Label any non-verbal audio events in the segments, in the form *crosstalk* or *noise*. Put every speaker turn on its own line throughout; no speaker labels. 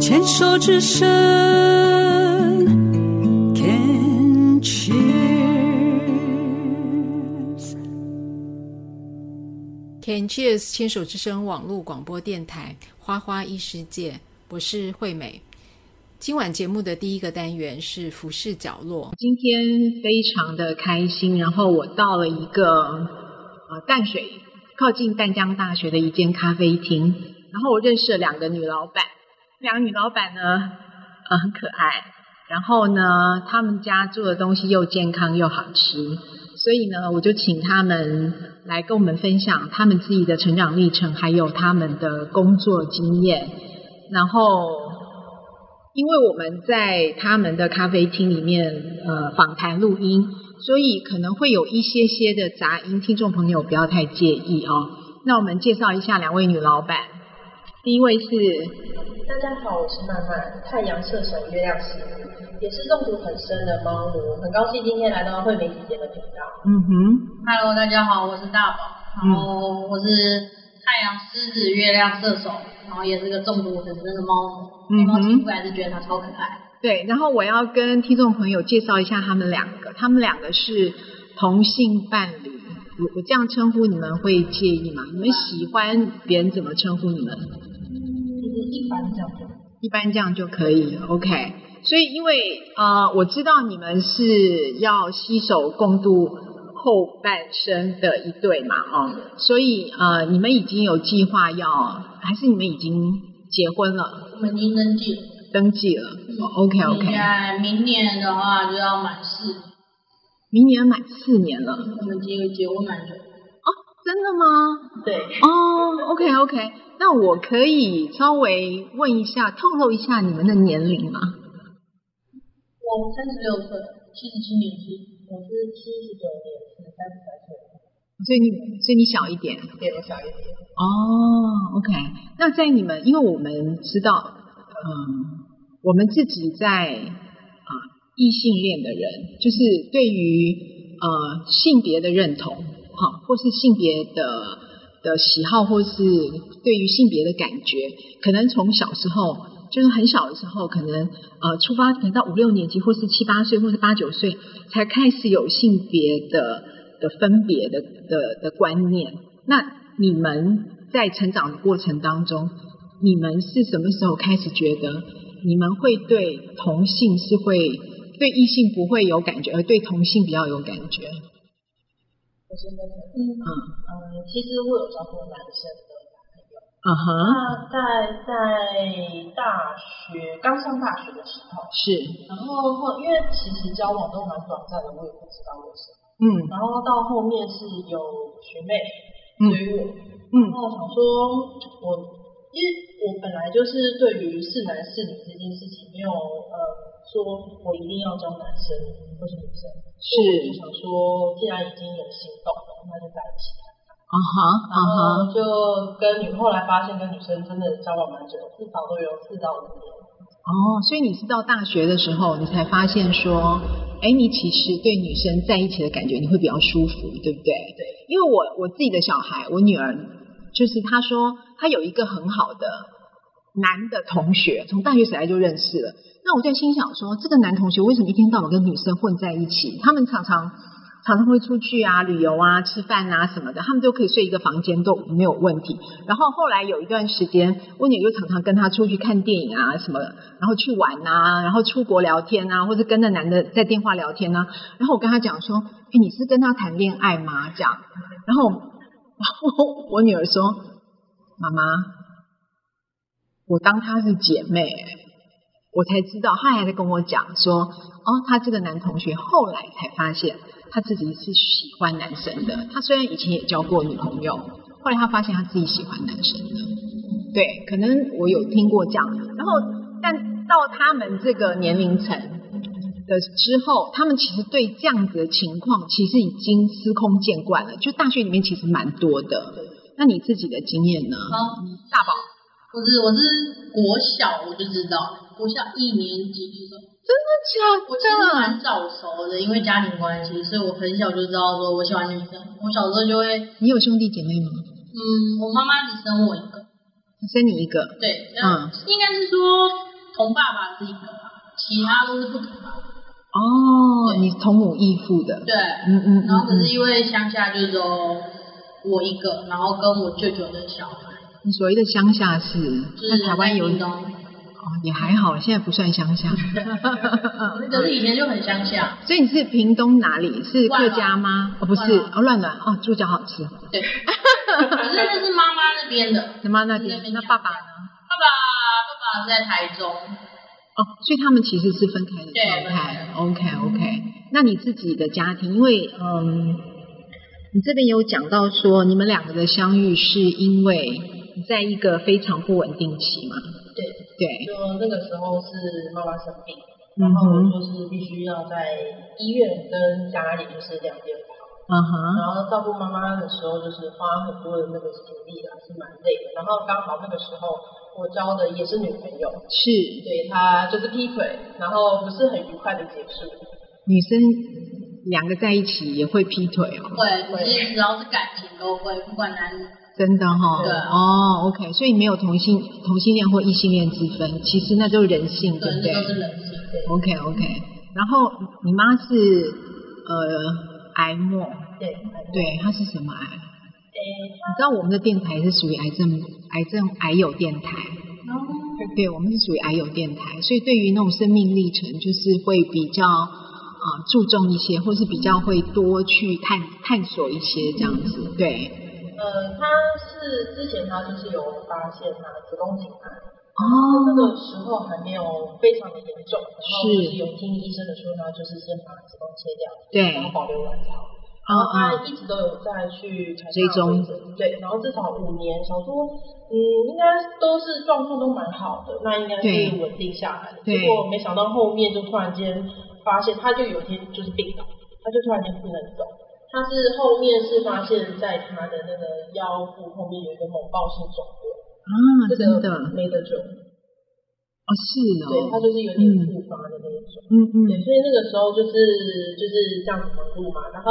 牵手之声，Can Cheers。
Can Cheers 牵手之声网络广播电台，花花异世界，我是惠美。今晚节目的第一个单元是服饰角落。今天非常的开心，然后我到了一个呃淡水靠近淡江大学的一间咖啡厅，然后我认识了两个女老板，两个女老板呢呃很可爱，然后呢他们家做的东西又健康又好吃，所以呢我就请他们来跟我们分享他们自己的成长历程，还有他们的工作经验，然后。因为我们在他们的咖啡厅里面呃访谈录音，所以可能会有一些些的杂音，听众朋友不要太介意哦。那我们介绍一下两位女老板，第一位是
大家好，我是曼曼，太阳射神月亮系，也是中毒很深的猫奴，很高兴今天来到惠美姐姐的频道。
嗯哼
Hello，大家好，我是大宝，
嗯
然后我是太阳狮子月亮射手，然后也是个中毒很深的猫，
嗯哼
猫亲过来就觉得它超可爱。
对，然后我要跟听众朋友介绍一下他们两个，他们两个是同性伴侣，我我这样称呼你们会介意吗？你们喜欢别人怎么称呼你们？
就是一般叫做
一般这样就可以了，OK。所以因为呃，我知道你们是要携手共度后半生的一对嘛，哦，所以呃，你们已经有计划要，还是你们已经结婚了，
我们已经登记了。
登记了、o 哦 k OK，
现在明年的话就要满四，
明年满四年了，
我们结结婚满九。
真的吗？
对，
哦，OK OK，那我可以稍微问一下，透露一下你们的年龄吗？
我三十六岁，七十七年是
我是七十九年，是三十三岁，
所以你，所以你小一点，
比我小一点。
哦，OK，那在你们，因为我们知道，嗯，我们自己在啊、异性恋的人，就是对于呃性别的认同，哈、或是性别的的喜好，或是对于性别的感觉，可能从小时候。就是很小的时候，可能呃出发，可能到五六年级，或是七八岁，或是八九岁，才开始有性别的的分别的的的观念。那你们在成长的过程当中，你们是什么时候开始觉得你们会对同性是会对异性不会有感觉，而对同性比较有感觉？
我是真的，
嗯呃
嗯
嗯，其实我有交过男生的男朋友。
嗯哼，
那在在大学刚上大学的时候，
是，
然后后因为其实交往都蛮短暂的，我也不知道为什么。
嗯
然后到后面是有学妹
嗯
追我，
嗯，
然后想说我，因为我本来就是对于是男是女这件事情没有呃说我一定要教男生或是女生，所
嗯
以我就是想说既然已经有心动了，那就在一起。
啊哈啊
然
哈，
后就跟女后来发现跟女生真的交往蛮久，至少都有四到五年。
哦，所以你是到大学的时候，你才发现说，哎，你其实对女生在一起的感觉你会比较舒服，对不对？
对，
因为我我自己的小孩，我女儿就是她说她有一个很好的男的同学，从大学时代就认识了。那我在心想说，这个男同学为什么一天到晚跟女生混在一起？他们常常常常会出去啊、旅游啊、吃饭啊什么的，他们都可以睡一个房间都没有问题。然后后来有一段时间，我女儿就常常跟他出去看电影啊什么，然后去玩啊，然后出国聊天啊，或者跟那男的在电话聊天啊。然后我跟他讲说：“哎，你是跟他谈恋爱吗？”这样，然后 *laughs* 然后我女儿说：“妈妈，我当她是姐妹、欸我才知道，她还在跟我讲说，哦，她这个男同学后来才发现他自己是喜欢男生的。他虽然以前也交过女朋友，后来他发现他自己喜欢男生的。对，可能我有听过这样。然后，但到他们这个年龄层的之后，他们其实对这样子的情况其实已经司空见惯了。就大学里面其实蛮多的。那你自己的经验呢？
啊，
大宝，
不是，我是国小我就知道，国小一年级就知道。我其
真
实
的假的？
蛮早熟的，因为家庭关系，所以我很小就知道说我喜欢女生。我小时候就会，
你有兄弟姐妹吗？
嗯，我妈妈只生我一个，
生你一个，
对，
嗯
嗯，应该是说同爸爸是一个吧，其他都是不同爸爸。
哦，
对
你同母异父的，
对，
嗯嗯嗯
然后可是
嗯，
因为乡下就是说我一个，然后跟我舅舅的小孩，
你所谓的乡下是
就，
那
是
台湾有
在屏
哦，
东，
也还好，现在不算乡下。嗯
可是以前就很乡下，
所以你是屏东哪里？是客家吗？哦，不是，
乱
哦，乱卵哦，猪脚好吃。 *laughs*
对，可是那是妈妈那边的，
那么那边那爸爸呢？
爸爸爸爸是在台中，
哦，所以他们其实是分开的状态。OK OK，那你自己的家庭，因为嗯，你这边有讲到说你们两个的相遇是因为你在一个非常不稳定期嘛？
对，
对，
就那个时候是妈妈生病，
嗯
然后
哼
就是必须要在医院跟家里就是两边跑，
嗯哼，
然后照顾妈妈的时候就是花很多的那个精力啊，是蛮累的。然后刚好那个时候我交的也是女朋友，
是
对她就是劈腿，然后不是很愉快的结束。
女生两个在一起也会劈腿哦。
会，其实只要是感情都会，不管男女，
真的哈、
对啊
哦，OK，所以没有同性同性恋或异性恋之分，其实那都是人性，对不
对，
对
这都是人性，对，
？OK OK，然后你妈是呃癌末，
对，
对，她是什么癌？你
诶，
知道我们的电台是属于癌症癌症癌友电台，
然后
嗯
对我们是属于癌友电台，所以对于那种生命历程，就是会比较啊、呃注重一些，或是比较会多去探探索一些这样子，对，
呃，她是之前她就是有发现她子宫颈癌。那
哦，
个时候还没有非常的严重，然后就是有听医生的说呢，就是先把子宫切掉，
对，
然
哦
后保留卵巢。然后
哦。
他一直都有在去采
追踪
访对，然后至少五年，想说，嗯，应该都是状况都蛮好的，那应该
对
是稳定下来的。
对
结果没想到后面就突然间发现，他就有一天就是病倒，他就突然间不能走。他是后面是发现，在他的那个腰部后面有一个猛暴性肿瘤，
啊，
这
真
个
的哦，
没得救，
是
对，他
哦，
就是有点复发的那一种。
嗯嗯，
对，所以那个时候就是就是这样子忙碌嘛，然后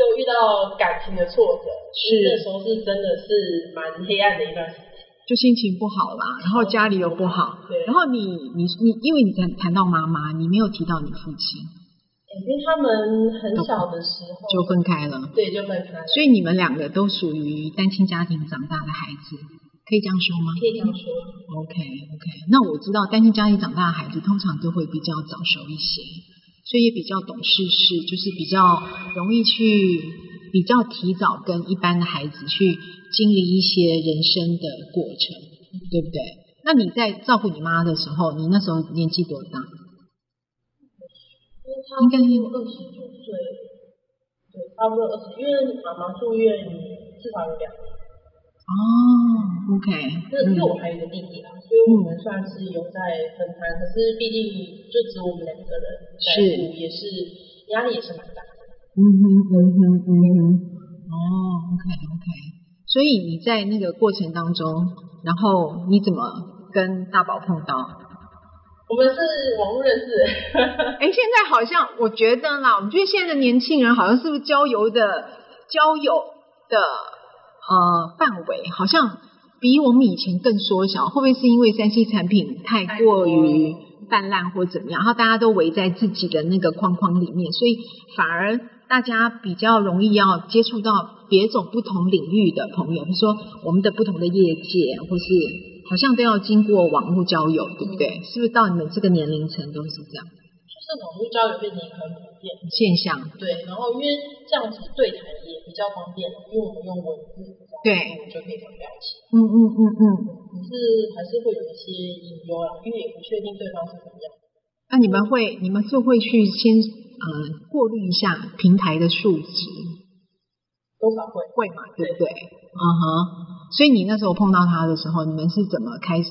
又遇到感情的挫折，那
是，
时候是真的是蛮黑暗的一段时期。
就心情不好啦，然后家里又不好，
对
然后你你你，因为你谈谈到妈妈，你没有提到你父亲，
因为他们很小的时候
就分开了，
对就分开了，
所以你们两个都属于单亲家庭长大的孩子，可以这样说吗
可以这样说。
？OK OK，那我知道单亲家庭长大的孩子通常都会比较早熟一些，所以也比较懂事事，就是比较容易去比较提早跟一般的孩子去经历一些人生的过程，对不对？那你在照顾你妈的时候，你那时候年纪多大？
因为
应该
差不多嗯二十九岁，对，差不多二十，因为妈妈住院至少有两年，
哦，OK，
那因为
嗯，
我还有一个弟弟啦，所以我们算是有在分摊，可是毕竟就只有我们两个人在
是
顾，也是压力也是蛮大的。
嗯哼嗯哼嗯哼，哦，OK OK，所以你在那个过程当中，然后你怎么跟大宝碰到？
我们是网络认识的， *laughs*
哎，现在好像我觉得啦，我觉得现在的年轻人好像是不是交友的交友的呃范围，好像比我们以前更缩小，会不会是因为三 C 产品太过于泛滥或怎么样，然后大家都围在自己的那个框框里面，所以反而大家比较容易要接触到别种不同领域的朋友，比如说我们的不同的业界，或是好像都要经过网络交友，对不对？是不是到你们这个年龄层都是这样？
就是网络交友变成很普遍。
现象。
对，然后因为这样子对谈也比较方便，因为我们用文字，
对
我们就可以聊起来。
嗯嗯嗯嗯。
可是还是会有一些隐忧啦，因为也不确定对方是怎么样。
那你们会，你们就会去先呃过滤一下平台的数值，
多少会，
会嘛？对不对？嗯哼。所以你那时候碰到他的时候，你们是怎么开始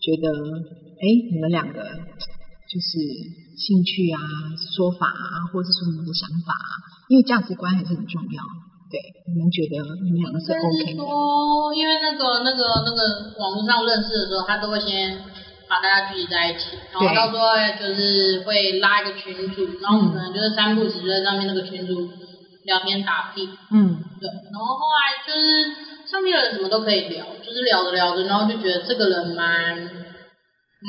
觉得，哎，你们两个就是兴趣啊、说法啊，或者说你们的想法啊，因为价值观还是很重要。对，你们觉得你们两个是
但是
OK 的？
说，因为那个那个那个网络上认识的时候，他都会先把大家聚集在一起，然后
对
到时候就是会拉一个群组，然后我们可能就是三不时就在上面那个群组聊天打屁，
嗯，
对，然后后来就是。上面的人什么都可以聊，就是聊着聊着，然后就觉得这个人蛮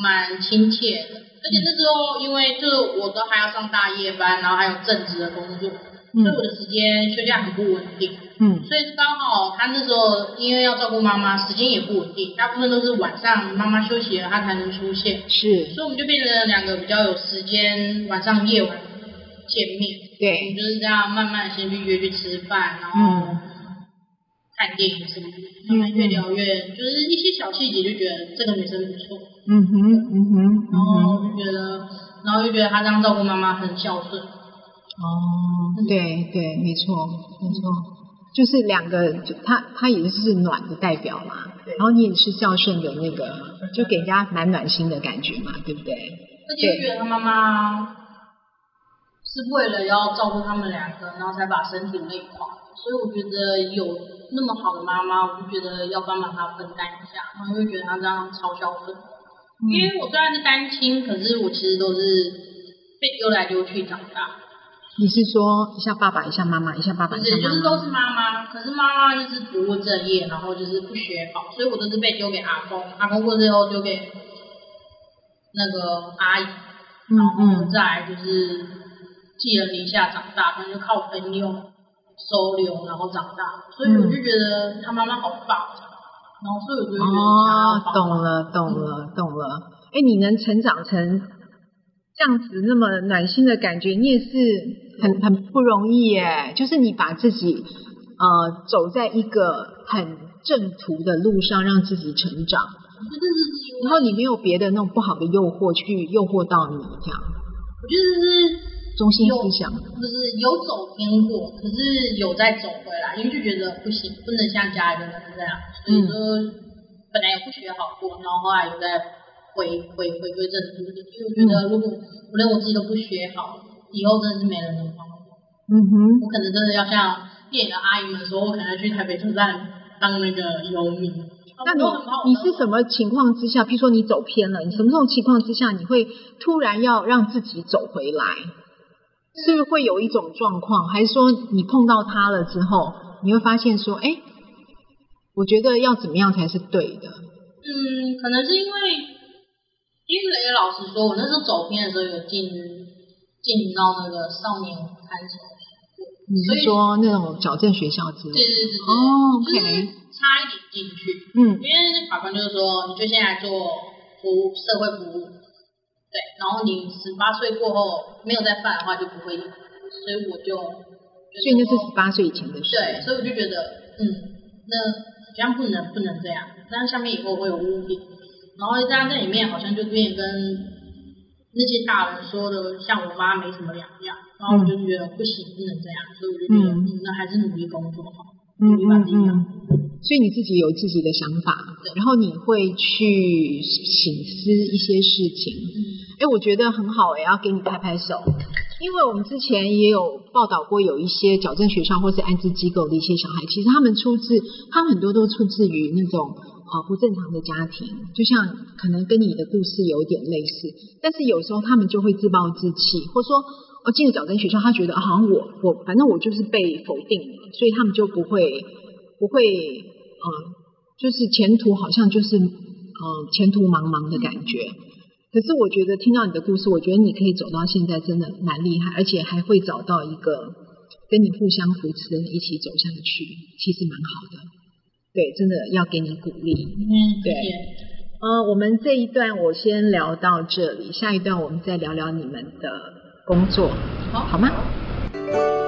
蛮亲切的。而且那时候因为就是我都还要上大夜班，然后还有正职的工作，所以我
嗯
的时间休假很不稳定。
嗯
所以刚好他那时候因为要照顾妈妈，时间也不稳定，大部分都是晚上妈妈休息了，他才能出现。
是
所以我们就变成两个比较有时间，晚上夜晚见面。我们
对
就是这样慢慢地先去约去吃饭，然后
嗯
看电影什么的，
嗯
慢慢越聊越，就是一些小细节就觉得这个女生不错，
嗯哼嗯哼嗯
然后
哼
就觉得，然后就觉得她这样照顾妈妈很孝顺，
哦对对没错没错就是两个就他他也是暖的代表嘛
对，
然后你也是孝顺的那个，就给人家蛮暖心的感觉嘛，对不对？
而且就觉得她妈妈是为了要照顾他们两个，然后才把身体累垮，所以我觉得有那么好的妈妈，我就觉得要帮忙她分担一下，然后就觉得她这样超孝顺。因为我虽然是单亲，可是我其实都是被丢来丢去长大，
你是说一下爸爸，一下妈妈，一下爸爸，
就
一
是
下
就是
妈
都
妈？
是妈妈，可是妈妈就是不务正业，然后就是不学好，所以我都是被丢给阿公，阿公过世后丢给那个阿姨，
嗯
然后
嗯
再来就是寄人篱下长大，反正就靠朋友收留然后长
嗯
大，所以我就觉得他妈妈好棒，然后所以我就觉得
哦
想要，
懂
帮忙，
了，懂了，懂了。哎，你能成长成这样子那么暖心的感觉，你也是很很不容易耶。就是你把自己呃走在一个很正途的路上，让自己成长，
我觉得这是因为
然后你没有别的那种不好的诱惑去诱惑到你，这样
我觉得这是。
中心
有
思想。
就是有走偏过，可是有再走回来，因为就觉得不行，不能像家人这样，所以说
嗯
本来也不学好过，然后后来有在回回回归正途，因为我觉
嗯
得如果我连我自己都不学好，以后真的是没人能帮我，
嗯哼，
我可能真的要像电影的阿姨们说，我可能要去台北车站当那个游民。
那你
他们都很好
你是什么情况之下？譬如说你走偏了，你什么这种情况之下，你会突然要让自己走回来？是不是会有一种状况？还是说你碰到他了之后，你会发现说，哎，我觉得要怎么样才是对的？
嗯，可能是因为，因为雷老师说，我那时候走偏的时候有进进到那个少年看守所，
你
所
是
以
说那种矫正学校之类
对
的？
对对对，
哦
就是
，OK
差一点进去，
嗯
因为法官就是说，你就先来做服务社会服务，对，然后你十八岁过后没有再犯的话就不会有，所以我就，
所以那是
就说
十八岁以前的事。
对，所以我就觉得，嗯，那这样不能不能这样，这样下面以后会有污点，然后这样在里面好像就变跟那些大人说的，像我妈没什么两样，然后我就觉得不行，不能这样，所以我就觉得，
嗯
嗯，那还是努力工作好，
嗯
努力把
嗯
自己养
嗯。所以你自己有自己的想法，然后你会去醒思一些事情。哎，我觉得很好哎，要给你拍拍手，因为我们之前也有报道过，有一些矫正学校或是安置机构的一些小孩，其实他们出自，他们很多都出自于那种呃不正常的家庭，就像可能跟你的故事有点类似，但是有时候他们就会自暴自弃，或说哦进了矫正学校，他觉得、啊好像我我反正我就是被否定了，所以他们就不会不会呃就是前途好像就是呃前途茫茫的感觉。可是我觉得听到你的故事，我觉得你可以走到现在真的蛮厉害，而且还会找到一个跟你互相扶持的人一起走下去，其实蛮好的。对，真的要给你鼓励。
嗯，
对
谢谢
呃，我们这一段我先聊到这里，下一段我们再聊聊你们的工作，
好
好吗？